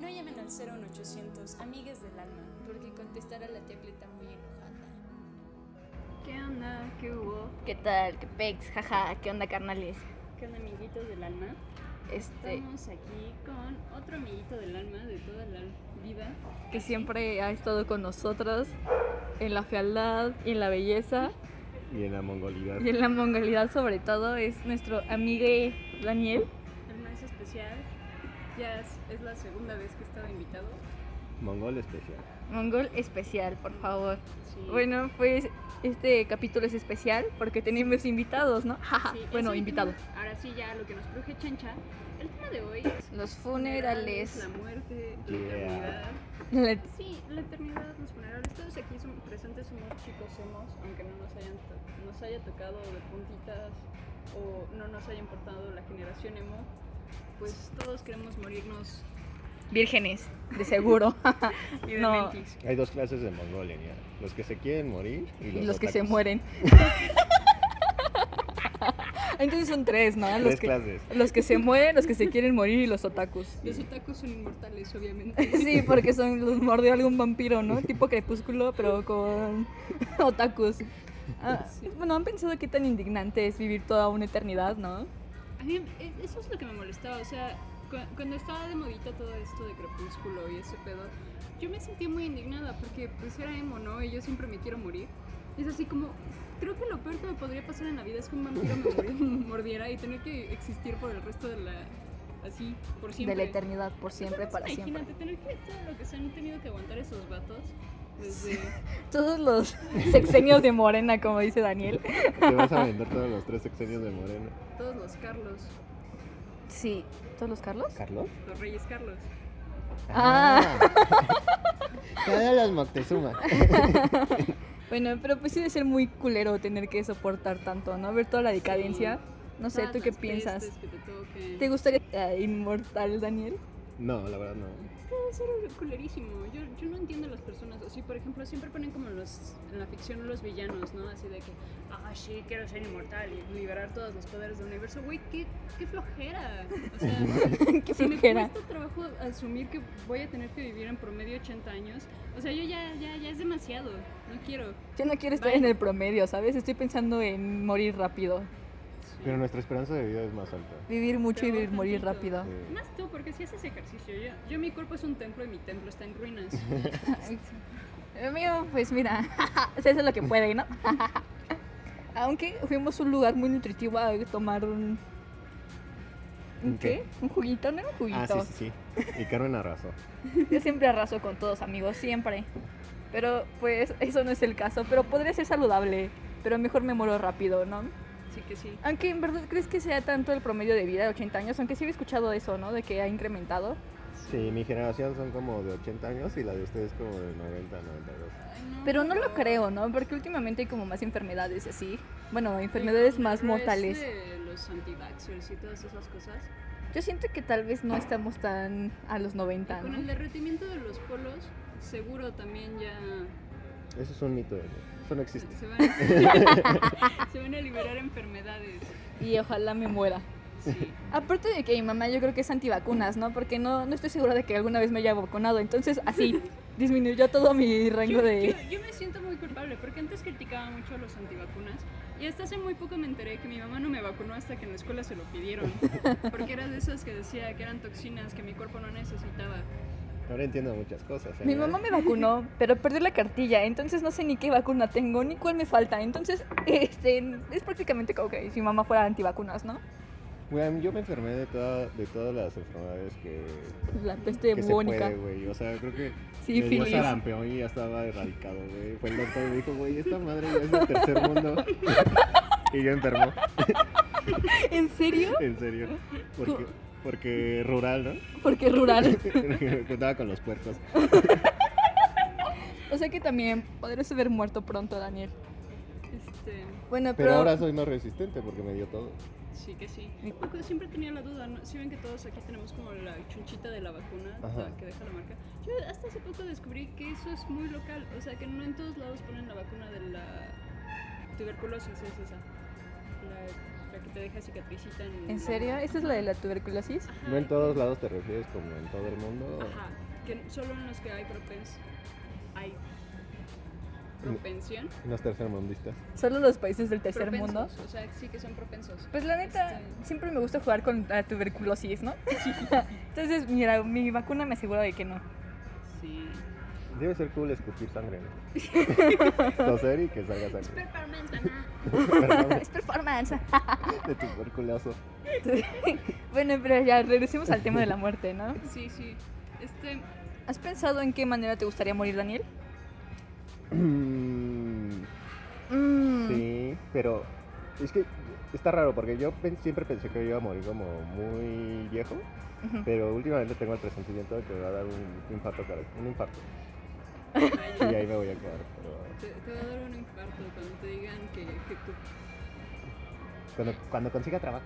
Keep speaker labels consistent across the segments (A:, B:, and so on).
A: No llamen al 01800 Amigues del Alma.
B: Porque contestar a la tía Cleta muy enojada.
C: ¿Qué onda? ¿Qué hubo?
D: ¿Qué tal? ¿Qué pex? Jaja, ¿qué onda, carnales?
C: ¿Qué onda, amiguitos del alma?
D: Este,
C: Estamos aquí con otro amiguito del alma de toda la vida.
D: que siempre ha estado con nosotros en la fealdad y en la belleza
E: Y en la mongolidad.
D: y en la mongolidad sobre todo es nuestro amigue Daniel.
C: El más especial. Ya es, es la segunda vez que estaba invitado.
E: Mongol especial.
D: Mongol especial, por favor.
C: Sí.
D: Bueno, pues este capítulo es especial porque tenemos invitados, ¿no? Jaja,
C: Sí, es
D: bueno,
C: el
D: invitados.
C: tema- ahora sí, ya lo que nos cruje chancha. El tema de hoy es
D: Los funerales.
C: La muerte, la
E: Yeah.
C: eternidad.
D: La-
C: Sí, la eternidad, los funerales. Todos aquí son presentes somos chicos hemos, aunque no nos, hayan to- nos haya tocado de puntitas o no nos haya importado la generación emo. Pues todos queremos morirnos
D: Vírgenes, de seguro.
C: y de
D: No.
C: mentis.
E: Hay dos clases de mongolia, los que se quieren morir y
D: y
E: los,
D: los que se
E: otakus.
D: mueren. Entonces son tres, ¿no? Los
E: Tres
D: que,
E: clases.
D: Los que se mueren, los que se quieren morir y los otakus.
C: Los otakus son inmortales, obviamente.
D: Sí, porque son los mordió algún vampiro, ¿no? Tipo crepúsculo, pero con otakus. Ah, Bueno, han pensado qué tan indignante es vivir toda una eternidad, ¿no?
C: A mí eh, eso es lo que me molestaba, o sea, cu- cuando estaba de modita todo esto de Crepúsculo y ese pedo, yo me sentía muy indignada porque pues era emo, ¿no? Y yo siempre me quiero morir. Es así como, creo que lo peor que me podría pasar en la vida es que un vampiro me mori- me mordiera y tener que existir por el resto de la... así, por siempre.
D: De la eternidad, por siempre,
C: Entonces,
D: para siempre.
C: Imagínate tener que todo lo que se han tenido que aguantar esos vatos desde...
D: Todos los sexenios de Morena, como dice Daniel.
E: Te vas a vender todos los tres sexenios de Morena.
C: todos los Carlos,
D: Sí. ¿Todos los Carlos?
E: ¿Carlos?
C: los Reyes Carlos.
D: Ah.
E: Todas las Ah. Moctezuma.
D: Bueno, pero pues sí debe ser muy culero tener que soportar tanto, ¿no? Ver toda la decadencia. No sé,
C: Todas
D: ¿tú qué
C: las
D: piensas?
C: pestes que te toquen.
D: ¿Te gustaría eh, inmortal, Daniel?
E: No, la verdad no.
C: Debe ser culerísimo. Yo, yo no entiendo a las personas. Así, por ejemplo, siempre ponen como los, en la ficción los villanos, ¿no? Así de que, ah, sí, quiero ser inmortal y liberar todos los poderes del universo. Güey, qué, qué flojera. O sea,
D: qué
C: si me
D: flojera.
C: cuesta trabajo asumir que voy a tener que vivir en promedio 80 años, o sea, yo ya, ya, ya es demasiado. No quiero.
D: Yo no quiero estar
C: Bye.
D: en el promedio, ¿sabes? Estoy pensando en morir rápido.
E: Pero nuestra esperanza de vida es más alta.
D: Vivir mucho y
C: Pero
D: vivir, morir
C: tantito.
D: rápido.
E: Sí.
C: Más tú, porque si haces ejercicio, yo, yo mi cuerpo es un templo y mi templo está en ruinas.
D: Amigo, pues mira, se hace lo que puede, ¿no? Aunque fuimos a un lugar muy nutritivo a tomar un... ¿Un
E: ¿Un qué?
D: qué? ¿Un juguito? No era un juguito.
E: Ah, sí, sí, sí. Y Carmen arrasó.
D: Yo siempre arraso con todos, amigos, siempre. Pero pues eso no es el caso. Pero podría ser saludable. Pero mejor me muero rápido, ¿no?
C: Así que sí.
D: Aunque en verdad crees que sea tanto el promedio de vida de 80 años, aunque sí había escuchado eso, ¿no? De que ha incrementado.
E: Sí, mi generación son como de 80 años y la de ustedes como de 90, 92.
C: Ay, no,
D: Pero no
C: por
D: lo
C: favor.
D: creo, ¿no? Porque últimamente hay como más enfermedades así. Bueno, enfermedades más
C: Pero es
D: mortales.
C: de los antivaxxers y todas esas cosas.
D: Yo siento que tal vez no estamos tan a los
C: Y
D: 90,
C: con
D: ¿no?
C: el derretimiento de los polos, seguro también ya
E: Eso es un mito de Eso no
C: se,
E: existe.
C: se van, a, se van a liberar enfermedades.
D: Y ojalá me muera.
C: Sí.
D: Aparte de que mi mamá yo creo que es antivacunas, ¿no? Porque no, no estoy segura de que alguna vez me haya vacunado. Entonces así disminuyó todo mi rango
C: Yo,
D: de...
C: yo- yo me siento muy culpable porque antes criticaba mucho a los antivacunas y hasta hace muy poco me enteré que mi mamá no me vacunó hasta que en la escuela se lo pidieron. Porque era de esas que decía que eran toxinas que mi cuerpo no necesitaba.
E: Ahora entiendo muchas cosas. ¿eh?
D: Mi mamá me vacunó, pero perdió la cartilla, entonces no sé ni qué vacuna tengo, ni cuál me falta. Entonces, este, es prácticamente como que si mi mamá fuera antivacunas, ¿no?
E: Güey, yo me enfermé de, toda- de todas las enfermedades que,
D: La peste
E: que se
D: bubónica.
E: puede, güey. O sea, creo que
D: Sí,
E: me dio
D: feliz.
E: sarampión y ya estaba erradicado, güey. Fue el doctor y me dijo, güey, esta madre ya es del tercer mundo. y yo enfermo,
D: ¿En serio?
E: en serio. Porque, porque rural, ¿no?
D: Porque rural.
E: Contaba con los puertos.
D: O sea que también podrías haber muerto pronto, Daniel.
C: Este,
D: Bueno, pero,
E: Pero ahora soy más resistente porque me dio todo.
C: Sí que sí. Porque siempre tenía la duda, ¿no? Si ven que todos aquí tenemos como la chunchita de la vacuna,
E: Ajá.
C: la que deja la marca. Yo hasta hace poco descubrí que eso es muy local, o sea que no en todos lados ponen la vacuna de la tuberculosis, es esa. La, tóxica que te deja cicatricita en.
D: ¿En serio?
C: la-
D: ¿Esta es la de la tuberculosis?
C: Ajá,
E: No en todos lados te refieres como en todo el mundo.
C: Ajá, que solo en los que hay propens. Hay. Propensión.
E: En los tercermundistas.
D: ¿Solo los países del tercer
C: propensos,
D: mundo?
C: O sea, sí que son propensos.
D: Pues la neta,
C: Este-
D: siempre me gusta jugar con la tuberculosis, ¿no? Entonces, mira, mi vacuna me asegura de que no.
C: Sí.
E: Debe ser cool escupir sangre, ¿no? Toser y que salga sangre.
B: Performance, mamá.
E: Perdón,
D: Es performance.
E: de tuberculoso.
D: bueno, pero ya regresemos al tema de la muerte, ¿no?
C: Sí, sí. Este.
D: ¿Has pensado en qué manera te gustaría morir, Daniel?
E: Mm,
D: Mm,
E: Sí, pero es que está raro porque yo pen- siempre pensé que iba a morir como muy viejo,
D: ujú.
E: pero últimamente tengo el presentimiento de que me va a dar un infarto, cara- un infarto. Y
C: vaya,
E: ahí me voy a quedar. Pero
C: te, te va a dar un infarto cuando te digan que, que tu
E: cuando, cuando consiga trabajo.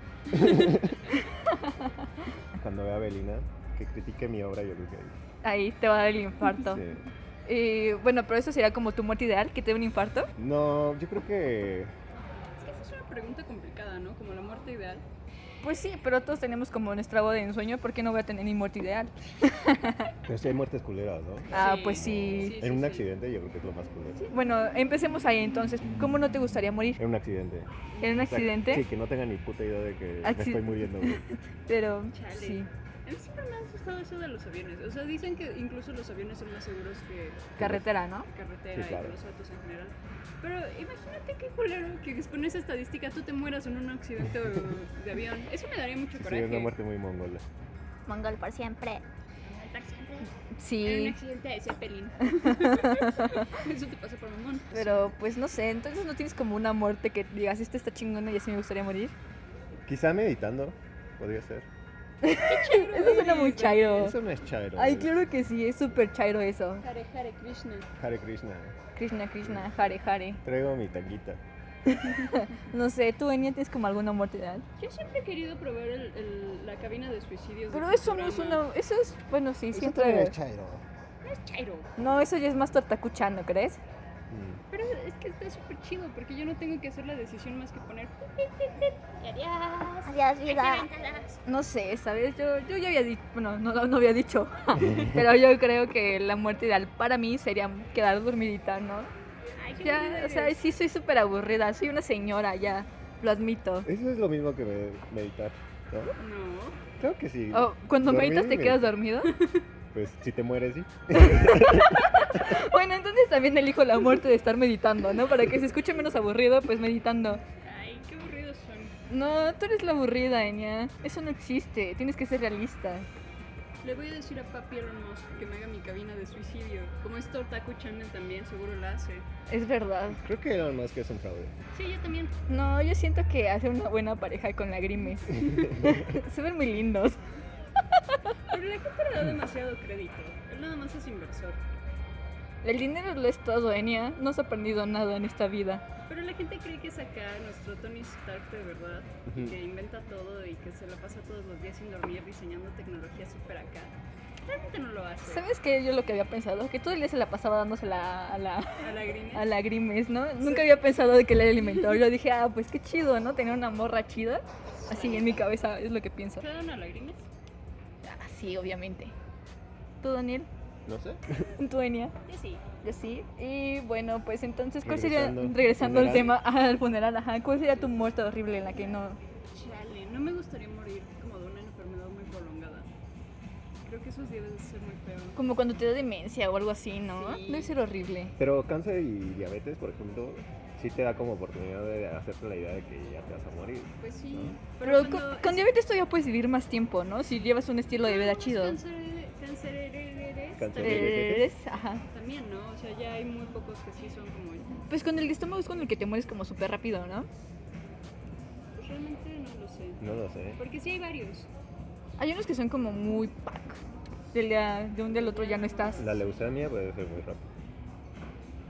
E: cuando vea a Belina, que critique mi obra, yo creo que ahí.
D: Ahí te va a dar el infarto.
E: sí.
D: Eh, bueno, pero eso sería como tu muerte ideal, que te dé un infarto.
E: No, yo creo que
C: Es que esa es una pregunta complicada, ¿no? Como la muerte ideal.
D: Pues sí, pero todos tenemos como nuestra boda de ensueño, ¿por qué no voy a tener mi muerte ideal?
E: Pero sí hay muertes culeras, ¿no?
D: Ah,
C: Sí.
D: pues sí.
C: Sí.
E: en un accidente yo creo que es lo más culero.
D: Bueno, empecemos ahí entonces. ¿Cómo no te gustaría morir?
E: En un accidente.
D: ¿En un
E: O sea,
D: accidente?
E: sí, que no tenga ni puta idea de que
D: Acci-
E: me estoy muriendo. güey.
D: Pero
C: Chale.
D: sí,
C: A mí siempre me ha asustado eso de los aviones. O sea, dicen que incluso los aviones son más seguros que
D: carretera, ¿no?
C: la carretera
E: Sí, claro.
C: y los autos en general. Pero imagínate qué culero que con esa estadística tú te mueras en un accidente de avión. Eso me daría mucho
E: Sí,
C: coraje.
E: sería una muerte muy mongola.
F: Mongol por siempre.
C: En un
D: Sí,
C: accidente de Zeppelin. eso te pasa por mamón.
D: pero pues no sé, entonces no tienes como una muerte que digas, esta está chingona y así me gustaría morir.
E: Quizá meditando, podría ser.
D: Eso suena muy chairo.
E: Eso no es chairo.
D: Ay,
E: güey.
D: claro que sí, es súper chairo eso.
C: Hare Hare Krishna.
E: Hare Krishna. ¿eh?
D: Krishna, Krishna, Hare, Hare.
E: Traigo mi tanguita.
D: No sé, tú, Enya, tienes como alguna muerte ideal.
C: Yo siempre he querido probar el- el- la cabina de suicidios. de
D: Pero eso no es
C: Futurama.
D: una. Eso es. Bueno, sí,
E: Eso también
D: siempre.
E: es chairo.
C: Chairo.
D: No, eso ya es más tortacuchano, ¿crees?
E: Mm.
C: Pero es que está súper chido porque yo no tengo que hacer la decisión más que poner
B: Y adiós.
F: Adiós, vida.
D: No sé, ¿sabes? Yo, yo ya había dicho. Bueno, no, no había dicho. pero yo creo que la muerte ideal para mí sería quedar dormidita, ¿no? Ya, o sea, sí soy súper aburrida. Soy una señora, ya. Lo admito.
E: Eso es lo mismo que me- meditar. ¿no?
C: No.
E: Creo que sí.
D: Oh, cuando
E: Dormir
D: meditas
E: y
D: te quedas
E: meditar.
D: dormido.
E: Pues si te mueres, sí.
D: Bueno, entonces también elijo la muerte de estar meditando, ¿no? Para que se escuche menos aburrido, pues meditando.
C: Ay, qué aburridos son.
D: No, tú eres la aburrida, Enya. Eso no existe. Tienes que ser realista.
C: Le voy a decir a papi Elon Musk que me haga mi cabina de suicidio. Como es Tortaku Channel también, seguro la hace.
D: Es verdad.
E: Creo que Elon Musk es un fraude.
C: Sí, yo también.
D: No, yo siento que hace una buena pareja con la Grimes. Se ven muy lindos.
C: Pero la gente le da demasiado crédito. Él nada más es inversor.
D: El dinero lo es todo, Enya. No has aprendido nada en esta vida.
C: Pero la gente cree que es acá nuestro Tony Stark de verdad,
E: Ujú.
C: que inventa todo y que se la pasa todos los días sin dormir diseñando tecnología súper acá. Realmente no lo hace.
D: ¿Sabes qué? Yo lo que había pensado, que todo el día se la pasaba dándosela a la,
C: A la Green
D: a la Grimes, ¿no? Nunca había pensado de que le alimentó. Yo dije, ah, pues qué chido, ¿no? Tener una morra chida. Así en mi cabeza es lo que pienso.
C: ¿Te dan a la Green?
D: Ah, sí, obviamente. ¿Tú, Daniel?
E: No sé.
D: ¿Tú, Enya?
C: Yo sí.
D: Yo sí. Y bueno, pues entonces, ¿cuál sería,
E: Regresando.
D: regresando al
E: Funeral.
D: tema, ajá, al funeral, ajá, ¿cuál sería tu muerte horrible en la que no?
C: Chale, no me gustaría morir como de una enfermedad muy prolongada. Creo que esos días deben ser muy feos.
D: Como cuando te da demencia o algo así, ¿no?
C: Sí.
D: Debe ser horrible.
E: Pero cáncer y diabetes, por ejemplo, sí te da como oportunidad de hacerte la idea de que ya te vas a morir.
C: Pues sí.
E: ¿No?
D: Pero, con,
C: cuando
D: con
C: es-
D: diabetes todavía puedes vivir más tiempo, ¿no? Si llevas un estilo de vida
C: Algunos
D: chido.
C: cancer- cancereres
E: Cancereres.
D: Eres, ajá.
C: También, ¿no? O sea, ya hay muy pocos que sí son como él.
D: Pues con el estómago es con el que te mueres como súper rápido, ¿no?
C: Pues realmente no lo sé.
E: No lo sé.
C: Porque sí hay varios.
D: Hay unos que son como muy pack. Del día- de un día al otro ya no estás.
E: La leucemia puede ser muy rápida.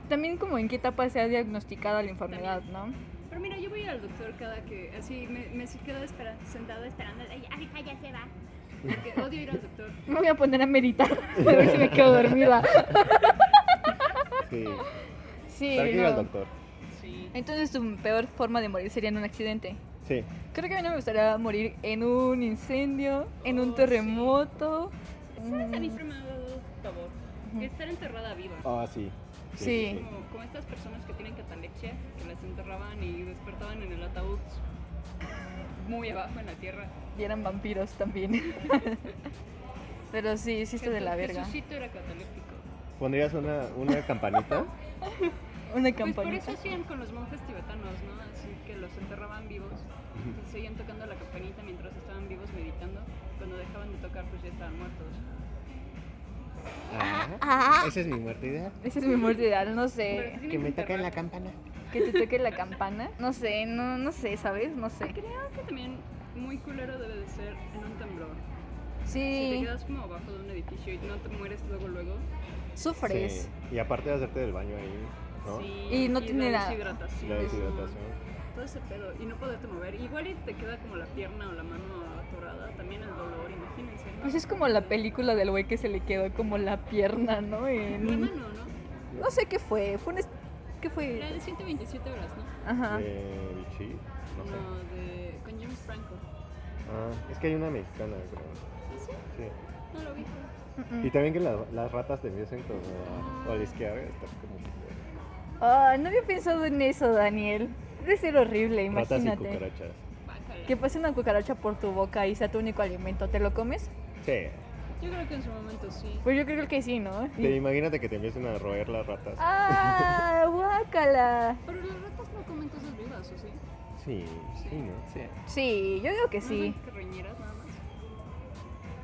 D: También como en qué etapa se ha diagnosticado la enfermedad, ¿no?
C: Pero mira, yo voy a ir al doctor cada que. Así me, me quedo espera- sentada esperando. Ay, ahorita ya se va. Porque odio ir al doctor.
D: Me voy a poner a meditar, a ver si me quedo dormida.
E: Sí.
D: Sí,
E: Para que ir
D: no.
E: al doctor.
C: Sí.
D: Entonces tu peor forma de morir sería en un accidente.
E: Sí, Sí.
D: Creo que a mí no me gustaría morir en un incendio, en
C: Oh,
D: un
C: sí.
D: terremoto.
C: ¿Sabes? A mí
D: Mm,
C: siempre me ha dado pavor.
D: Ujú.
C: Estar enterrada viva.
E: Ah, sí.
D: Sí.
C: Como, como estas personas que tienen catalepsia, que las enterraban y despertaban en el ataúd muy abajo en la tierra.
D: Y eran vampiros también. Pero sí, hiciste de la
C: Jesús-
D: verga.
C: Jesucito era Pues, cataléptico.
E: ¿Pondrías una, una campanita?
D: Una
C: Pues por
D: campanita.
C: eso hacían con los monjes tibetanos, ¿no? Así que los enterraban vivos. Entonces seguían tocando la campanita mientras estaban vivos meditando. Cuando dejaban de tocar, pues ya estaban muertos.
E: Ah, esa es mi muerte idea.
D: Esa es mi muerte ideal, no
C: Pero te
D: sé.
C: tienen
E: Que me
C: enterrar.
E: toquen la campana.
D: Que te toque la campana. No sé, no, no sé, ¿sabes? No sé.
C: Creo que también muy culero debe de ser en un temblor. Si te
D: Sí,
C: quedas como abajo de un edificio y no te mueres luego, luego.
D: sufres.
E: Sí. Y aparte de hacerte del baño ahí, ¿no?
C: Sí,
D: Y no tiene
C: la
D: nada.
C: deshidratación.
E: La deshidratación.
C: Todo ese pedo. Y no poderte mover. Igual y te queda como la pierna o la mano atorada. También el dolor, imagínense. ¿no?
D: Pues es como la película del güey que se le quedó como la pierna, ¿no?
C: La
D: En-
C: mano, ¿no?
D: No sé qué fue. Fue un... es- ¿Qué
C: Era
D: fue?
C: de 127 horas, ¿no?
D: Ajá.
E: De Vichy, no sé.
C: No, de... con James Franco.
E: Ah, es que hay una mexicana, creo.
C: ¿Sí?
E: Sí.
C: No lo vi.
D: Mm,
E: Y
D: mm.
E: también que la- las ratas te empiecen como a olisquear, está como...
D: Ay, no había pensado en eso, Daniel. Debe ser horrible,
E: Ratas y
D: imagínate.
E: cucarachas.
C: Bácala.
D: Que pase una cucaracha por tu boca y sea tu único alimento. ¿Te lo comes?
E: Sí.
C: Yo creo que en su momento sí.
D: Pues yo creo que sí, ¿no?
E: Pero imagínate que te empiecen a roer las ratas.
D: ¡Ah! ¡Guácala!
C: Pero las ratas no comen cosas vivas, ¿o sí?
E: Sí, sí, ¿no? Sí.
D: Sí, yo digo que sí.
C: No son que reñeras nada más.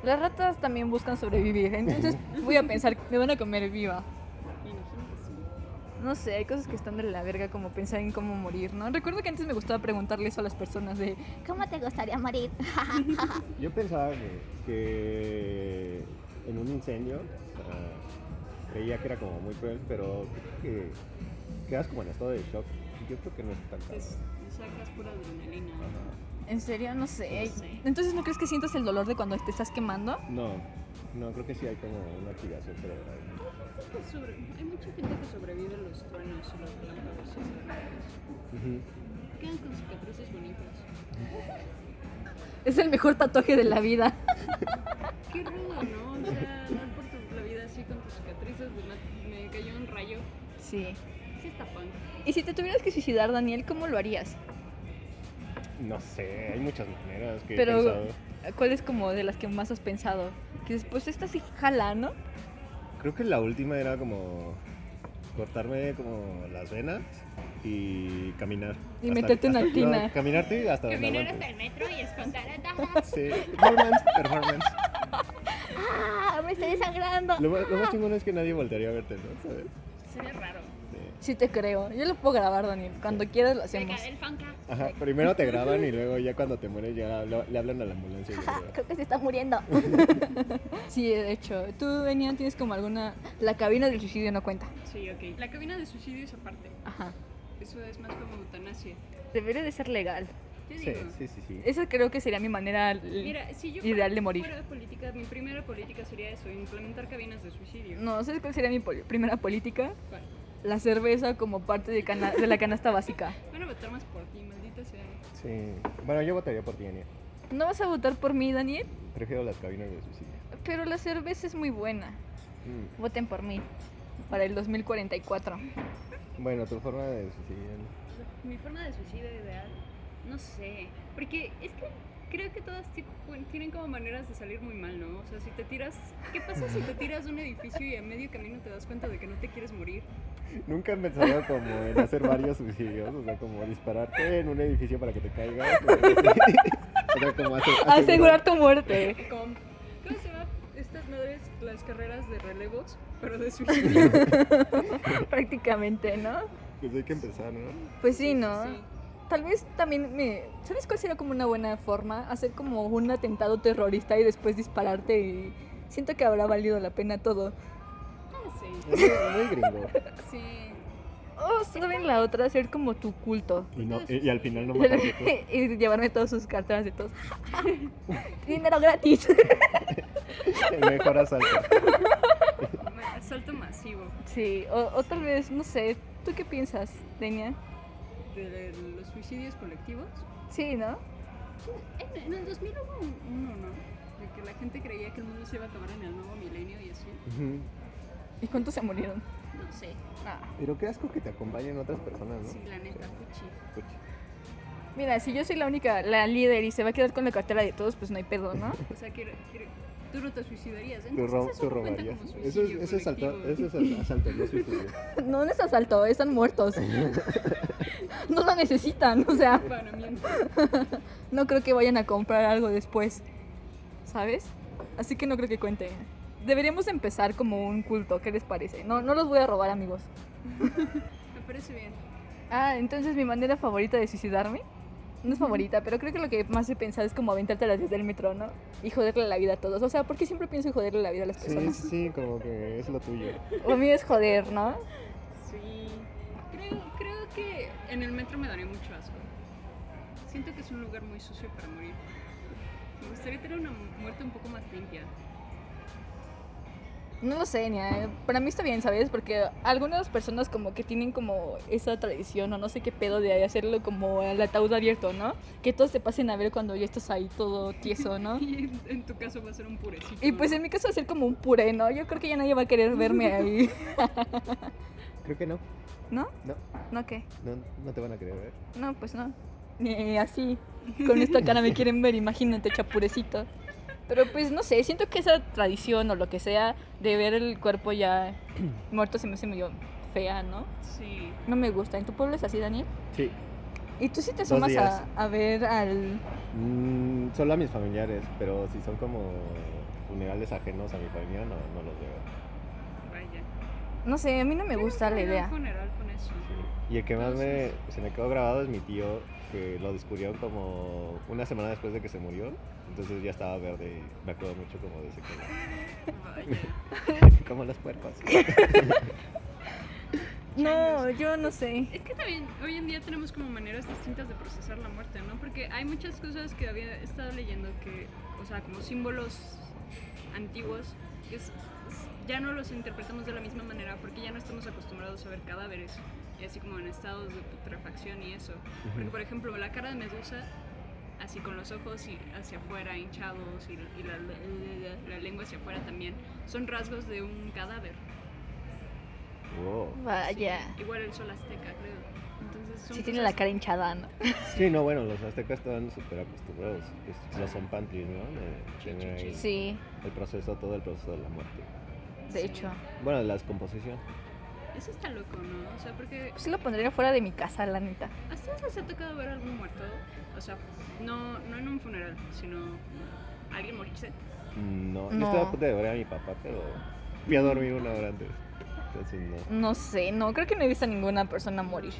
D: Las ratas también buscan sobrevivir, entonces voy a pensar, me van a comer viva.
C: Me imagino que sí.
D: No sé, hay cosas que están de la verga, como pensar en cómo morir, ¿no? Recuerdo que antes me gustaba preguntarle eso a las personas de...
F: ¿Cómo te gustaría morir?
E: Yo pensaba que, que en un incendio, o sea, creía que era como muy cruel, pero creo que quedas como en estado de shock. Yo creo que no es tan
C: Te
E: cabrón.
C: sacas pura adrenalina.
E: Ajá.
D: ¿En serio? No sé.
C: No sé.
D: Entonces, ¿no crees que sientas el dolor de cuando te estás quemando?
E: No, no, creo que sí hay como una activación cerebral.
C: Creo que Pues sobre- Hay mucha gente que sobrevive a los truenos y los relámpagos y esas cosas. Quedan con cicatrices bonitas.
D: Es el mejor tatuaje de la vida.
C: Qué rudo, ¿no? O sea, andar por tu- la vida así con tus cicatrices. de la- Me cayó un rayo.
D: Sí.
C: Sí está punk.
D: Y si te tuvieras que suicidar, Daniel, ¿cómo lo harías?
E: No sé, hay muchas maneras que
D: Pero-
E: he pensado.
D: ¿Cuál es como de las que más has pensado? Que después esta sí jala, ¿no?
E: Creo que la última era como cortarme como las venas y caminar.
D: Y
E: hasta-
D: meterte una
E: hasta-
D: tina.
E: no, caminarte hasta donde
B: Caminar hasta
E: aguantes.
B: el metro y espantar a todas.
E: Sí, performance, performance.
F: ¡Ah! ¡Me estoy desangrando!
E: Lo, más- lo más chingón es que nadie voltearía a verte, ¿no? ¿Sabes?
B: Sería raro.
E: Sí.
D: Sí te creo. Yo lo puedo grabar, Daniel. Cuando quieras lo
B: Me
D: hacemos.
B: cae el fanca.
E: Ajá, primero te graban y luego ya cuando te mueres ya lo- le hablan a la ambulancia. y ya
F: Ah,
E: llegan.
F: Creo que se está muriendo.
D: Sí, de hecho. Tú, Daniel, tienes como alguna... La cabina del suicidio no cuenta.
C: Sí, ok. La cabina de suicidio es aparte.
D: Ajá.
C: Eso es más como eutanasia.
D: Debería de ser legal.
C: Yo
E: Sí,
C: digo.
E: sí, sí, sí.
D: Esa creo que sería mi manera... l-
C: Mira, si yo
D: Ideal de morir.
C: fuera política, mi primera política sería eso, implementar cabinas de suicidio.
D: No, ¿sabes cuál sería mi poli- primera política?
C: ¿Cuál?
D: La cerveza como parte de, cana- de la canasta básica.
C: Van a votar más por ti, maldita sea.
E: Sí. Bueno, yo votaría por ti, Ania.
D: ¿No vas a votar por mí, Daniel?
E: Prefiero las cabinas de suicidio.
D: Pero la cerveza es muy buena.
E: Mm.
D: Voten por mí. Para el 2044.
E: Bueno, tu forma de suicidio. ¿no?
C: Mi forma de suicidio ideal, no sé. Porque es que creo que todas ti- bueno, tienen como maneras de salir muy mal, ¿no? O sea, si te tiras... ¿Qué pasa si te tiras de un edificio y a medio camino te das cuenta de que no te quieres morir?
E: Nunca he pensado como en hacer varios suicidios, o sea, como dispararte en un edificio para que te caigas. o algo así. O sea, como hace-
D: Asegurar tu muerte.
C: Con- ¿Cómo se llaman estas madres? Las carreras de relevos, pero de suicidio.
D: Prácticamente, ¿no?
E: Pues hay que empezar, ¿no?
D: Pues sí, ¿no?
C: Sí.
D: Tal vez también me... ¿Sabes cuál sería como una buena forma? Hacer como un atentado terrorista y después dispararte y... Siento que habrá valido la pena todo.
C: Ah, sí.
E: Es muy- muy gringo.
C: Sí.
D: Oh, ¿saben la otra? Hacer como tu culto.
E: Y, no- y- y al final no matarte tú.
D: y llevarme todas sus carteras de todos. Dinero gratis.
E: El mejor asalto.
C: Asalto masivo
D: Sí, o, o tal vez, no sé. ¿Tú qué piensas, Denia?
C: de los suicidios colectivos.
D: Sí, ¿no?
C: En, en el 2000 hubo un- uno, ¿no? De que la gente creía que el mundo se iba a acabar en el nuevo milenio y así.
E: Ujú.
D: ¿Y cuántos se murieron?
C: No sé.
D: Ah.
E: Pero qué asco que te acompañen otras personas, ¿no? pues,
C: Sí, la neta, puchi.
E: Pucha.
D: Mira, si yo soy la única, la líder y se va a quedar con la cartera de todos, pues no hay pedo, ¿no?
C: O sea, que, que tú no te suicidarías.
E: Tú,
C: Entonces,
E: ro-
C: eso
E: tú
C: no cuenta
E: robarías.
C: como
E: Eso es,
C: suicidio
E: eso es asalto.
C: colectivo.
E: Eso es as- asalto. No suicidio.
D: No, no es asalto, están muertos. No lo necesitan, o sea,
C: Afanamiento.
D: no creo que vayan a comprar algo después, ¿sabes? Así que no creo que cuente. Deberíamos empezar como un culto, ¿qué les parece? No, no los voy a robar, amigos.
C: Me parece bien.
D: Ah, entonces mi manera favorita de suicidarme. No es favorita, pero creo que lo que más he pensado es como aventarte a las vías del metro, ¿no? Y joderle la vida a todos. O sea, porque siempre pienso en joderle la vida a las
E: Sí,
D: personas.
E: sí, sí, como que es lo tuyo.
D: Lo mío es joder, ¿no?
C: Sí. Creo, creo que en el metro me daría mucho asco. Siento que es un lugar muy sucio para morir. Me gustaría tener una mu- muerte un poco más limpia.
D: No lo sé, Nia. Para mí está bien, ¿sabes? Porque algunas personas como que tienen como esa tradición o no sé qué pedo de hacerlo como el ataúd abierto, ¿no? Que todos te pasen a ver cuando ya estás ahí todo tieso, ¿no?
C: Y en, en tu caso va a ser un purecito.
D: Y pues en mi caso hacer como un puré, ¿no? Yo creo que ya nadie va a querer verme ahí.
E: Creo que no.
D: ¿No?
E: No,
D: ¿No qué?
E: no, no te van a querer ver.
D: No, pues no. Ni así. Con esta cara me quieren ver, imagínate, chapurecito. Pero pues no sé, siento que esa tradición o lo que sea de ver el cuerpo ya muerto se me hace medio fea, ¿no?
C: Sí.
D: No me gusta. ¿En tu pueblo es así, Daniel?
E: Sí.
D: ¿Y tú sí te
E: Dos
D: asomas
E: días.
D: a, a ver al...
E: Mm, solo a mis familiares, pero si son como funerales ajenos a mi familia, no, no los veo.
C: Vaya.
D: No sé, a mí no me
C: Yo
D: gusta la
C: nunca he ido a un
D: idea.
C: funeral con eso.
E: Y el que más me,
C: Entonces-
E: se me quedó grabado es mi tío, que lo descubrieron como una semana después de que se murió. Entonces ya estaba verde y me acuerdo mucho como de ese color.
C: Vaya.
E: Como los puercos.
D: No, yo no sé.
C: Es que también hoy en día tenemos como maneras distintas de procesar la muerte, ¿no? Porque hay muchas cosas que había estado leyendo que, o sea, como símbolos antiguos, que es- es- ya no los interpretamos de la misma manera porque ya no estamos acostumbrados a ver cadáveres y así como en estados de putrefacción y eso. Porque, por ejemplo, la cara de Medusa, así con los ojos y hacia afuera hinchados y, y la, la- la lengua hacia afuera también, son rasgos de un cadáver.
E: Wow.
D: Vaya.
C: Igual el sol azteca, creo. Entonces son
D: Sí tiene la
C: cosas-
D: cara hinchada, ¿no?
E: Sí, no, bueno, los aztecas estaban súper acostumbrados. Es- Los son pantries, ¿no? De tener ahí
D: Sí,
E: el proceso, todo el proceso de la muerte.
D: de
C: Sí.
D: hecho.
E: Bueno, la descomposición.
C: Eso está loco, ¿no? O sea, porque
D: Pues sí lo pondría fuera de mi casa, la neta.
C: ¿a ustedes les ha tocado ver a algún muerto? O sea, no, no en un funeral, sino alguien morirse.
E: No, yo
D: No.
E: estaba a punto de ver a mi papá, pero fui a dormir una hora antes. Entonces no.
D: No sé, no, creo que no he visto a ninguna persona morir.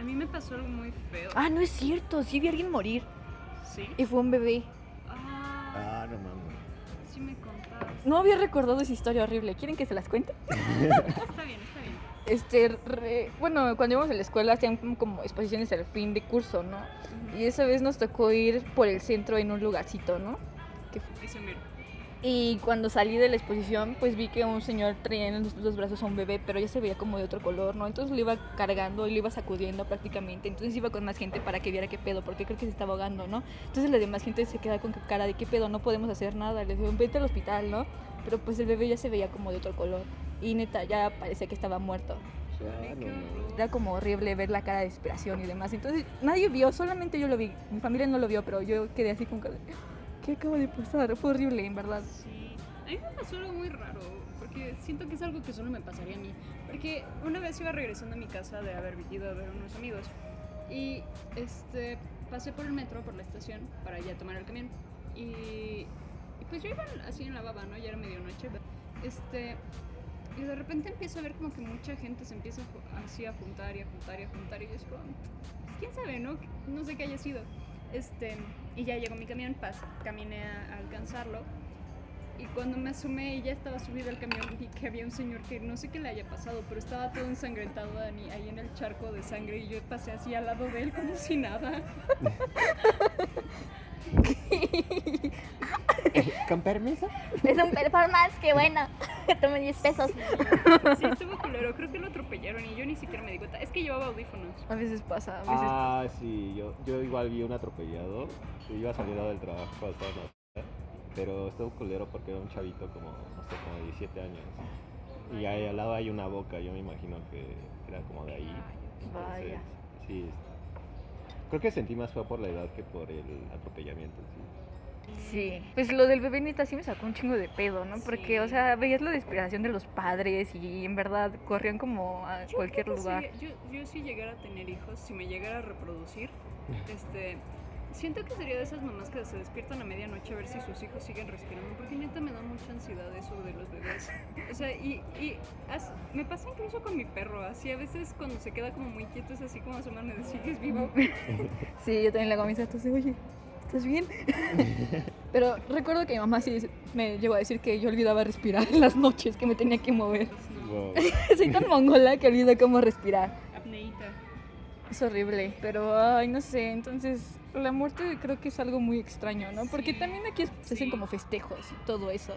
C: A mí me pasó algo muy feo.
D: Ah, no es cierto, sí vi a alguien morir.
C: ¿Sí?
D: Y fue un bebé.
C: Ah,
E: Ah, no mames.
C: sí me contaste.
D: No había recordado esa historia horrible. ¿Quieren que se las cuente? Ah.
C: Está bien, está bien.
D: Este, re- bueno, cuando íbamos a la escuela hacían como exposiciones al fin de curso, ¿no? Y esa vez nos tocó ir por el centro en un lugarcito, ¿no?
C: Eso mero.
D: Y cuando salí de la exposición, pues vi que un señor traía en los, los brazos a un bebé, pero ya se veía como de otro color, ¿no? Entonces lo iba cargando y lo iba sacudiendo prácticamente. Entonces iba con más gente para que viera qué pedo, porque creo que se estaba ahogando, ¿no? Entonces la demás gente se queda con cara de qué pedo, no podemos hacer nada. Les digo, vete al hospital, ¿no? Pero pues el bebé ya se veía como de otro color. Y neta, ya parecía que estaba muerto.
E: Ah, no
C: qué
E: mames.
D: Era como horrible ver la cara de desesperación y demás. Entonces nadie vio, solamente yo lo vi. Mi familia no lo vio, pero yo quedé así con cara de, ¿Qué acaba de pasar? Fue horrible, en verdad.
C: Sí. A mí me pasó algo muy raro, porque siento que es algo que solo me pasaría a mí. Porque una vez iba regresando a mi casa de haber ido a ver a unos amigos y este pasé por el metro, por la estación, para ya tomar el camión. Y, y pues yo iba así en la baba, ¿no? Ya era medianoche. Este, y de repente empiezo a ver como que mucha gente se empieza a ju- así a juntar y a juntar y a juntar. Y yo es como, pues, quién sabe, ¿no? No sé qué haya sido. Este, y ya llegó mi camión, pas, caminé a- a alcanzarlo. Y cuando me asomé y ya estaba subida al camión, vi que había un señor que no sé qué le haya pasado, pero estaba todo ensangrentado Dani, ahí en el charco de sangre y yo pasé así al lado de él como si nada.
E: ¿Con permiso?
F: Es un performance que bueno. Tome 10 pesos.
C: Sí, estuvo culero. Creo que lo atropellaron y yo ni siquiera me di cuenta. Es que llevaba audífonos.
D: A veces pasa, a veces
E: Ah, sí, yo, yo igual vi un atropellado. Yo iba saliendo del trabajo al tono, Pero estuvo culero porque era un chavito como, no sé, como de 17 años. Y ahí al lado hay una boca, yo me imagino que era como de ahí.
D: Vaya.
E: Sí, es- creo que sentí más fue por la edad que por el atropellamiento. en sí.
D: Sí, pues lo del bebé neta sí me sacó un chingo de pedo, ¿no? Porque, o sea, veías la desesperación de los padres y en verdad corrían como a
C: Yo
D: cualquier
C: creo que
D: lugar.
C: si- yo, yo si llegara a tener hijos, si me llegara a reproducir, este, siento que sería de esas mamás que se despiertan a medianoche a ver si sus hijos siguen respirando, porque neta me da mucha ansiedad eso de los bebés. O sea, y, y as- me pasa incluso con mi perro, así a veces cuando se queda como muy quieto es así como asomarme de sigues vivo.
D: Sí, yo también la camisa, entonces, oye, ¿estás bien? Pero recuerdo que mi mamá sí me llegó a decir que yo olvidaba respirar en las noches, que me tenía que mover.
E: Wow.
D: Soy tan mongola que olvido cómo respirar.
C: Apneita.
D: Es horrible, pero ay, no sé, entonces la muerte creo que es algo muy extraño, ¿no? Porque
C: Sí,
D: también aquí es- se hacen
C: sí.
D: como festejos y todo eso.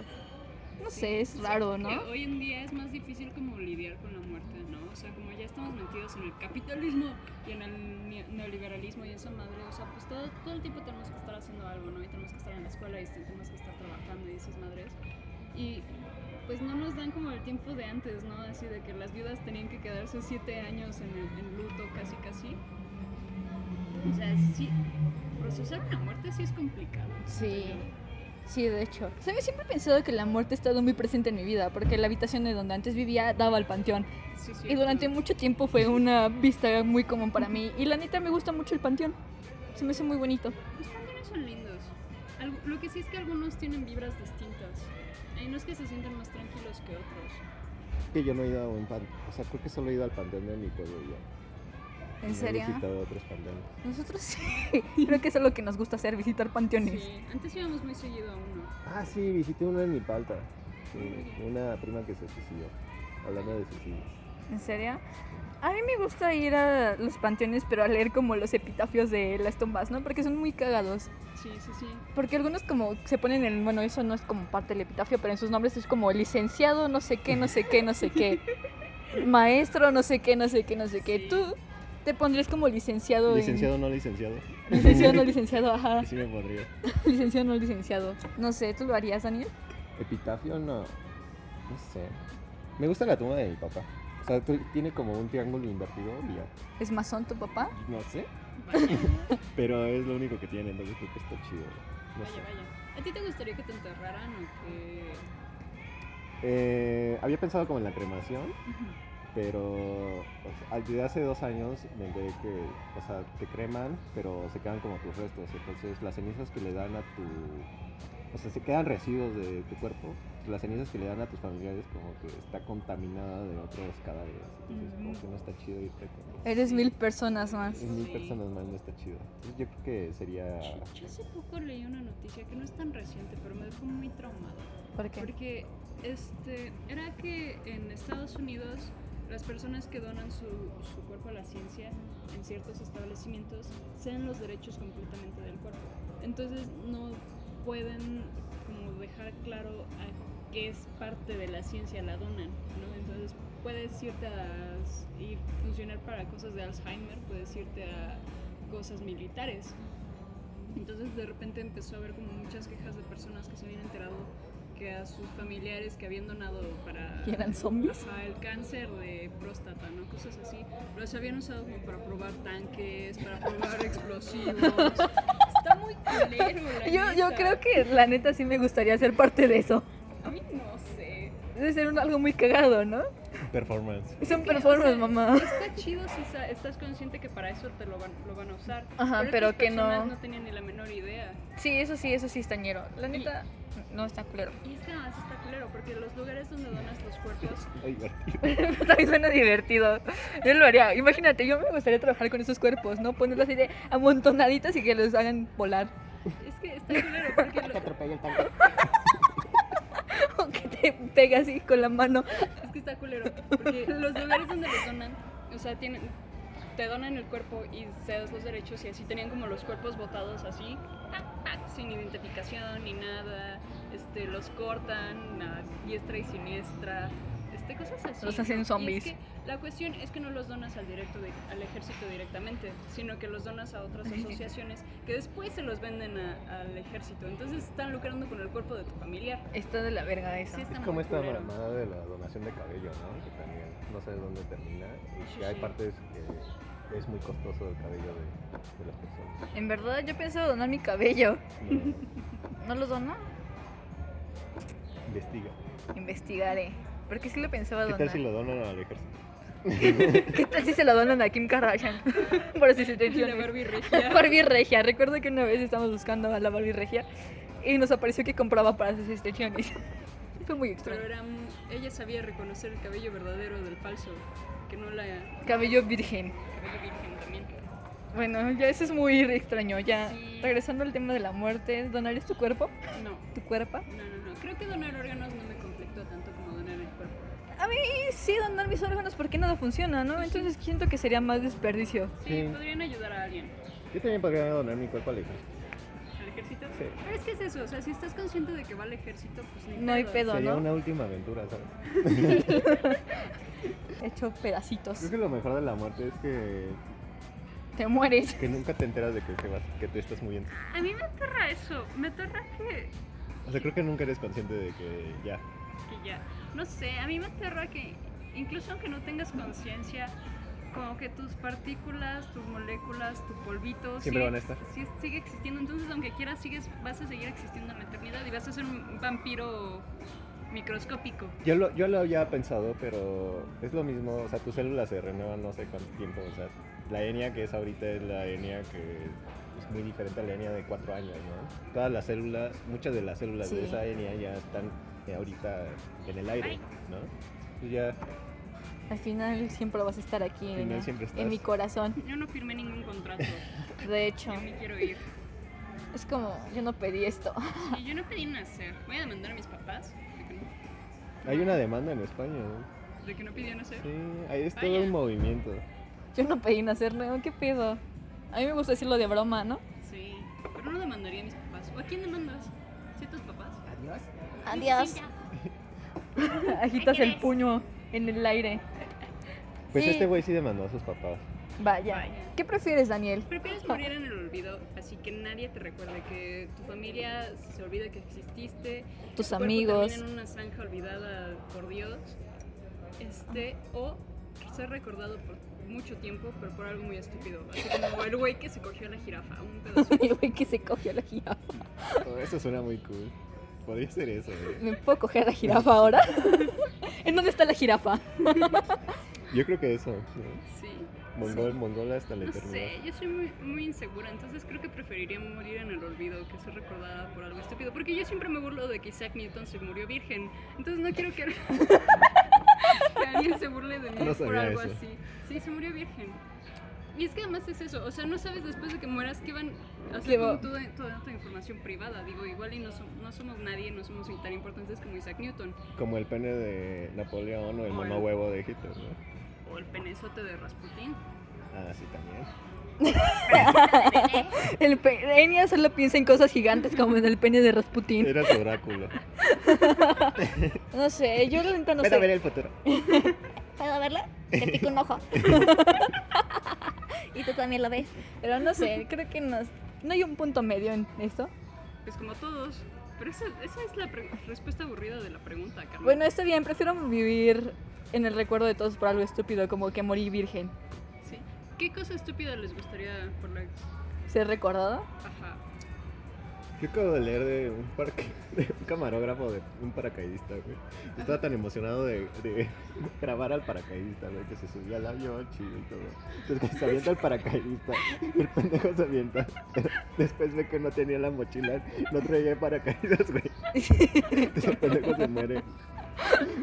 D: No
C: Sí,
D: sé, es
C: o sea,
D: raro,
C: creo
D: ¿no?
C: que Hoy en día es más difícil como lidiar con la muerte, ¿no? O sea, como ya estamos metidos en el capitalismo y en el ne- neoliberalismo y esa madre, o sea, pues todo, todo el tiempo tenemos que estar haciendo algo, ¿no? Y tenemos que estar en la escuela y tenemos que estar trabajando y esas madres. Y pues no nos dan como el tiempo de antes, ¿no? Así de que las viudas tenían que quedarse siete años en, el, en luto, casi, casi. O sea, sí, procesar una muerte sí es complicado.
D: Sí, sí, de hecho. O sea, yo siempre he pensado que la muerte ha estado muy presente en mi vida, porque la habitación de donde antes vivía daba al panteón.
C: Sí, sí,
D: Y durante
C: como-
D: mucho tiempo fue una vista muy común para mí. Y la neta me gusta mucho el panteón. Se me hace muy bonito.
C: Los panteones son lindos. Algu- lo que sí es que algunos tienen vibras distintas. Hay unos que se sienten más tranquilos que otros.
E: que yo no he ido a un panteón. O sea, creo que solo he ido al panteón de mi pueblo y ya.
D: ¿En
E: No
D: serio?
E: He visitado otros panteones.
D: Nosotros sí. Creo que eso es lo que nos gusta hacer, visitar panteones.
C: Sí, antes íbamos muy seguido a uno.
E: Ah, sí, visité uno en mi palta. Una prima que se suicidó. Hablando de suicidios.
D: ¿En serio? A mí me gusta ir a los panteones, pero a leer como los epitafios de las tumbas, ¿no? Porque son muy cagados.
C: Sí, sí, sí.
D: Porque algunos como se ponen en, bueno, eso no es como parte del epitafio, pero en sus nombres es como licenciado, no sé qué, no sé qué, no sé qué. Maestro, no sé qué, no sé qué, no sé qué.
C: Sí.
D: Tú te pondrías como licenciado. en-
E: Licenciado no licenciado.
D: Licenciado, no licenciado,
C: Ah.
D: ajá.
E: Sí me pondría.
D: Licenciado, no licenciado. No sé, ¿tú lo harías, Daniel?
E: Epitafio no. No sé. Me gusta la tumba de mi papá. O sea, tú- tiene como un triángulo invertido y ya.
D: ¿Es masón tu papá?
E: No sé.
C: Vaya,
E: Pero es lo único que tiene, entonces creo que está chido. No sé.
C: vaya, vaya. ¿A ti te gustaría que te enterraran o que...?
E: Eh, había pensado como en la cremación, pero o sea, desde hace dos años me enteré que, o sea, te creman, pero se quedan como tus restos. Entonces, las cenizas que le dan a tu. O sea, se quedan residuos de tu cuerpo. Las cenizas que le dan a tus familiares, como que está contaminada de otros cadáveres. Entonces, como que no está chido irte con.
D: Eres mil personas más.
E: Es mil
C: Sí.
E: personas más, no está chido. Entonces, yo creo que sería.
C: Yo hace poco leí una noticia que no es tan reciente, pero me dejó muy traumada.
D: ¿Por qué?
C: Porque este, era que en Estados Unidos las personas que donan su, su cuerpo a la ciencia en ciertos establecimientos ceden los derechos completamente del cuerpo. Entonces no pueden como dejar claro a qué es parte de la ciencia la donan, ¿no? Entonces puedes irte a s- ir funcionar para cosas de Alzheimer, puedes irte a cosas militares. Entonces de repente empezó a haber como muchas quejas de personas que se habían enterado que a sus familiares que habían donado para
D: ¿Que eran zombies?
C: ajá, el cáncer de próstata, ¿no? Cosas así. Los habían usado como para probar tanques, para probar explosivos. Está muy culero, la
D: Yo, yo
C: neta.
D: creo que la neta sí me gustaría ser parte de eso.
C: A mí no sé.
D: Debe ser un- algo muy cagado, ¿no?
E: Performance.
D: Es un performance, mamá.
C: Está chido si sa- estás consciente que para eso te lo van, lo van a usar.
D: Ajá,
C: otras
D: pero que no-
C: personas no tenían ni la menor idea.
D: Sí, eso sí, eso sí está ñero. La neta, no está culero.
C: Y es que nada más está culero, porque los lugares donde donas los cuerpos
E: Ay, divertido.
D: También suena divertido. Yo lo haría. Imagínate, yo me gustaría trabajar con esos cuerpos, ¿no? Ponerlos así de amontonaditas y que los hagan volar.
C: es que está culero, porque
F: Te
C: lo-
F: atropello el tanque.
D: O que te pegue así con la mano.
C: Es que está culero. Porque los lugares donde los donan, o sea, tienen, te donan el cuerpo y cedes los derechos y así tenían como los cuerpos botados así. tac, tac, sin identificación ni nada, este, los cortan a diestra y siniestra, este, cosas así.
D: Los hacen
C: ¿no? Y es
D: zombies.
C: que la cuestión es que no los donas al, directo de- al ejército directamente, sino que los donas a otras asociaciones que después se los venden a- al ejército. Entonces están lucrando con el cuerpo de tu familiar.
D: Está de la verga eso.
C: Sí, está
E: Es
C: muy
E: como esta
C: culero.
E: mamada de la donación de cabello, ¿no? Que también no sabes dónde termina y
C: Sí,
E: que hay
C: sí.
E: partes que es muy costoso el cabello de, de las personas.
D: En verdad yo pensaba donar mi cabello.
E: No,
D: ¿No los dono?
E: investiga.
D: Investigaré. Porque sí lo pensaba
E: ¿Qué
D: donar.
E: tal si lo donan al ejército?
D: ¿Qué tal si pues, se lo donan a Kim Kardashian? Por sus
C: La
D: intenciones.
C: Barbie
D: La
C: regia.
D: Barbie Regia. Recuerdo que una vez estábamos buscando a la Barbie Regia y nos apareció que compraba para sus extensiones. Fue muy
C: Pero
D: extraño.
C: era un- ella sabía reconocer el cabello verdadero del falso, que no la
D: Cabello virgen.
C: cabello virgen también.
D: Bueno, ya eso es muy extraño. Ya
C: Sí.
D: regresando al tema de la muerte, ¿donar es tu cuerpo?
C: No,
D: ¿Tu cuerpo?
C: no, no, no. Creo que donar órganos no me conflictó tanto como donar el cuerpo.
D: A mí sí, donar mis órganos porque nada funciona, ¿no? Entonces siento que sería más desperdicio.
C: Sí,
E: Sí.
C: podrían ayudar a alguien.
E: Yo también podría donar mi cuerpo al ejército.
C: ¿Al ejército?
E: Sí.
C: Pero es que es eso, o sea, si estás consciente de que va al ejército, pues ni
D: No hay pedo,
E: Sería
D: ¿no?
E: una última aventura, ¿sabes?
D: Hecho pedacitos.
E: Creo que lo mejor de la muerte es que,
D: Te mueres.
E: que nunca te enteras de que te, vas, que te estás muriendo.
C: A mí me aterra eso, me aterra que,
E: O sea, creo que nunca eres consciente de que ya.
C: que ya, no sé, a mí me aterra que incluso aunque no tengas conciencia, como que tus partículas, tus moléculas, tu polvito,
E: Siempre
C: sigue-
E: van a estar.
C: sí- sigue existiendo, entonces aunque quieras, sigues, vas a seguir existiendo en la eternidad y vas a ser un vampiro microscópico.
E: Yo lo, yo lo había pensado, pero es lo mismo. O sea, tus células se renuevan no sé cuánto tiempo. O sea, la enia que es ahorita es la enia que es muy diferente a la enia de cuatro años, ¿no? Todas las células, muchas de las células
D: Sí.
E: de esa enia ya están eh, ahorita en el aire, ¿no? Pues ya,
D: Al final siempre vas a estar aquí
E: Al final
D: en,
E: siempre
D: en mi
E: estás.
D: corazón.
C: Yo no firmé ningún contrato,
D: De hecho,
C: yo me quiero ir.
D: es como, yo no pedí esto.
C: Y yo no pedí nacer, voy a demandar a mis papás de que no,
E: hay una demanda en España, ¿no?
C: de que no pidió nacer.
E: Sí, ahí es todo
C: Vaya.
E: un movimiento.
D: Yo no pedí nacer, ¿no? ¿Qué pedo? A mí me gusta decirlo de broma, ¿no?
C: Sí, pero no demandaría a mis papás. ¿O a quién demandas? ¿Sí a tus papás?
E: Adiós.
F: Adiós.
D: Agitas
B: ¿Qué
D: el
B: crees?
D: puño en el aire.
E: Pues
D: Sí.
E: este güey sí demandó a sus papás.
D: Vaya.
C: Vaya.
D: ¿Qué prefieres, Daniel?
C: Prefieres morir en el olvido, así que nadie te recuerde, que tu familia se olvide que exististe,
D: Tus
C: tu cuerpo termine
D: amigos.
C: en una zanja olvidada por Dios, este, o ser recordado por mucho tiempo, pero por algo muy estúpido, así como el güey que se cogió a la jirafa, un pedazo.
D: El güey que se cogió a la jirafa.
E: Todo eso suena muy cool. Podría ser eso, ¿eh? güey.
D: ¿Me puedo coger a la jirafa ahora? ¿En dónde está la jirafa?
E: Yo creo que eso. ¿no?
C: Sí.
E: Mongol, mongol hasta la
C: No
E: eternidad.
C: sé, yo soy muy, muy insegura, entonces creo que preferiría morir en el olvido que ser recordada por algo estúpido. Porque yo siempre me burlo de que Isaac Newton se murió virgen, entonces no quiero que, que alguien se burle de mí
E: No
C: por
E: sabía
C: algo
E: eso.
C: así. Sí, se murió virgen. Y es que además es eso, o sea, no sabes después de que mueras qué van a
D: ¿Qué
C: hacer
D: va-
C: con toda, toda tu información privada. Digo, igual y no, som- no somos nadie, no somos tan importantes como Isaac Newton,
E: Como el pene de Napoleón o el
C: O
E: mono
C: el-
E: huevo de Hitler, ¿no?
C: o el penezote de Rasputín.
E: Ah, sí, también.
D: El pe- Enya solo piensa en cosas gigantes como en el pene de Rasputín.
E: Era su oráculo.
D: No sé, yo la neta no
E: Ven a ver
D: sé.
E: el futuro.
F: ¿Puedo verla? Te pico un ojo. y tú también lo ves.
D: Pero no sé, creo que no, no hay un punto medio en esto.
C: Pues como todos. Pero esa, esa es la pre- respuesta aburrida de la pregunta, Carmen.
D: Bueno, está bien, prefiero vivir en el recuerdo de todos por algo estúpido, como que morí virgen.
C: Sí. ¿Qué cosa estúpida les gustaría por la...
D: ¿Ser recordado?
C: Ajá.
E: Yo acabo de leer de un, parque, de un camarógrafo, de un paracaidista, güey. Estaba tan emocionado de, de grabar al paracaidista, güey, que se subía al avión chido y todo. Entonces que se avienta el paracaidista y el pendejo se avienta. Pero después ve que no tenía la mochila, no traía paracaídas, güey. Entonces el pendejo se muere.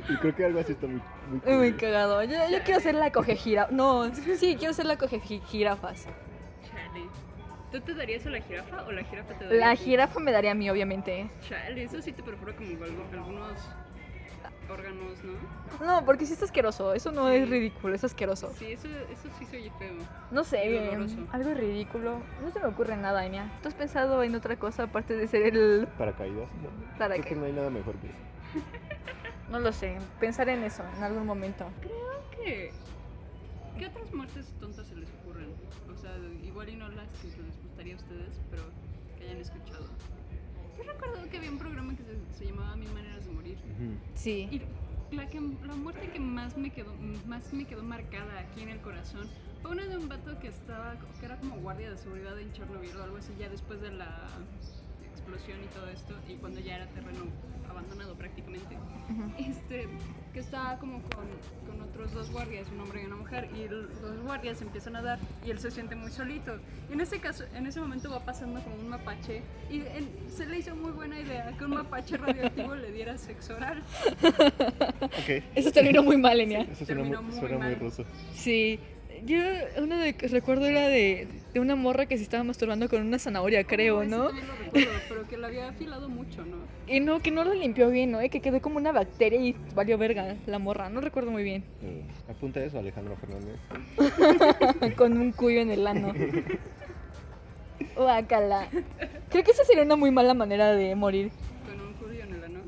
E: Y creo que algo así está muy... muy cool,
D: Muy
E: güey.
D: cagado. Yo, yo quiero ser la coge jirafa. No, sí, quiero ser la coge ji- jirafas.
C: Chale. ¿Tú te darías a la jirafa o la jirafa te daría
D: La
C: a ti?
D: jirafa me daría a mí, obviamente.
C: Chale, eso sí te perfora como algo- algunos órganos, ¿no?
D: No, porque sí está asqueroso. Eso no es ridículo, es asqueroso.
C: Sí, eso, eso sí soy feo.
D: No sé,
C: Y
D: eh,
C: doloroso.
D: algo ridículo. No se me ocurre nada, Enya. ¿Tú has pensado en otra cosa aparte de ser el
E: Paracaídas. ¿no? Creo que
D: paracaídas?
E: no hay nada mejor que eso.
D: No lo sé. Pensar en eso en algún momento.
C: ¿Qué? ¿Qué otras muertes tontas se les ocurren? O sea, igual y no las que les gustaría a ustedes, pero que hayan escuchado. Yo recuerdo que había un programa que se, se llamaba Mil Maneras de Morir.
D: Sí.
C: Y la, que, la muerte que más me, quedó, más me quedó marcada aquí en el corazón fue una de un vato que, estaba, que era como guardia de seguridad en Chernobyl o algo así, ya después de la explosión y todo esto, y cuando ya era terreno abandonado prácticamente. Este, que estaba como con, con otros dos guardias, un hombre y una mujer, y los dos guardias empiezan a dar y él se siente muy solito. Y en ese caso, en ese momento va pasando como un mapache y él- se le hizo muy buena idea que un mapache radioactivo le diera sexo oral.
E: Ok.
D: Eso terminó muy mal, Enya.
E: Eso suena muy,
C: Terminó muy
E: suena muy
C: mal.
E: ruso.
D: Sí. Yo una de que recuerdo era de, de una morra que se estaba masturbando con una zanahoria, creo,
C: Ese
D: ¿no?
C: también lo recuerdo, pero que lo había afilado mucho, ¿no?
D: Y no, que no lo limpió bien, ¿no? Y que quedó como una bacteria y valió verga la morra. No recuerdo muy bien.
E: Eh, apunta eso, Alejandro Fernández.
D: con un cuyo en el ano. Guácala. Creo que esa sería una muy mala manera de morir.
C: Con un curio en el ano.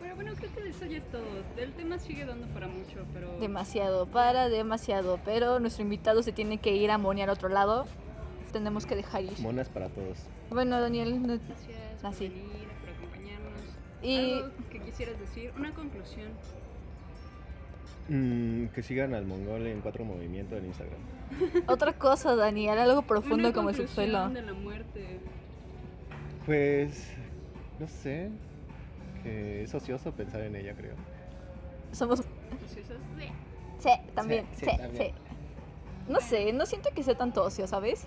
C: Pero bueno, creo que de eso ya es todo. El tema sigue dando para mucho, pero...
D: Demasiado, para, demasiado. Pero nuestro invitado se tiene que ir a monear a otro lado. Tenemos que dejar ir.
E: Monas para todos.
D: Bueno, Daniel, no-
C: Gracias por
D: Así.
C: venir, por acompañarnos.
D: y
C: ¿Algo que quisieras decir? Una conclusión.
E: Mm, que sigan al mongol en cuatro movimientos en Instagram.
D: otra cosa, Daniel, algo profundo
C: Una
D: como el
C: conclusión
D: subsuelo.
C: de la muerte.
E: Pues, no sé. Que es ocioso pensar en ella, creo.
D: Somos.
C: Pues eso es-
F: Sí, también.
E: Sí,
F: Sí,
E: sí,
F: sí.
E: también.
D: No sé, no siento que sea tanto ocio, ¿sabes?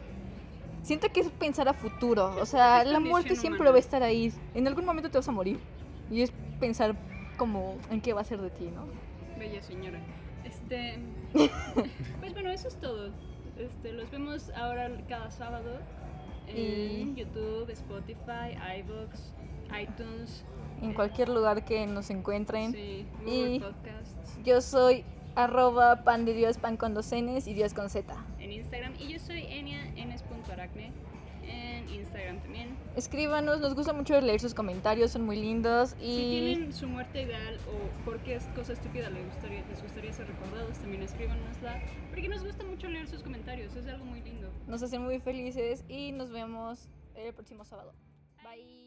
D: Siento que es pensar a futuro. O sea,
C: Es
D: la muerte
C: condición
D: siempre
C: humana.
D: va a estar ahí. En algún momento te vas a morir. Y es pensar como en qué va a ser de ti, ¿no?
C: Bella señora. Este. pues bueno, eso es todo. Este, los vemos ahora cada sábado
D: Y-
C: en YouTube, Spotify, iBooks, iTunes,
D: En cualquier lugar que nos encuentren.
C: sí, Google
D: Y-
C: Podcasts,
D: Yo soy arroba pan de Dios, pan con dos Ns y Dios con Z.
C: en Instagram. Y yo soy Enia, enes.aracne, en Instagram también.
D: Escríbanos, nos gusta mucho leer sus comentarios, son muy lindos. Y
C: Si tienen su muerte ideal o por qué es cosa estúpida les gustaría, les gustaría ser recordados, también escríbanosla. Porque nos gusta mucho leer sus comentarios, es algo muy lindo.
D: nos hacen muy felices y nos vemos el próximo sábado. Bye.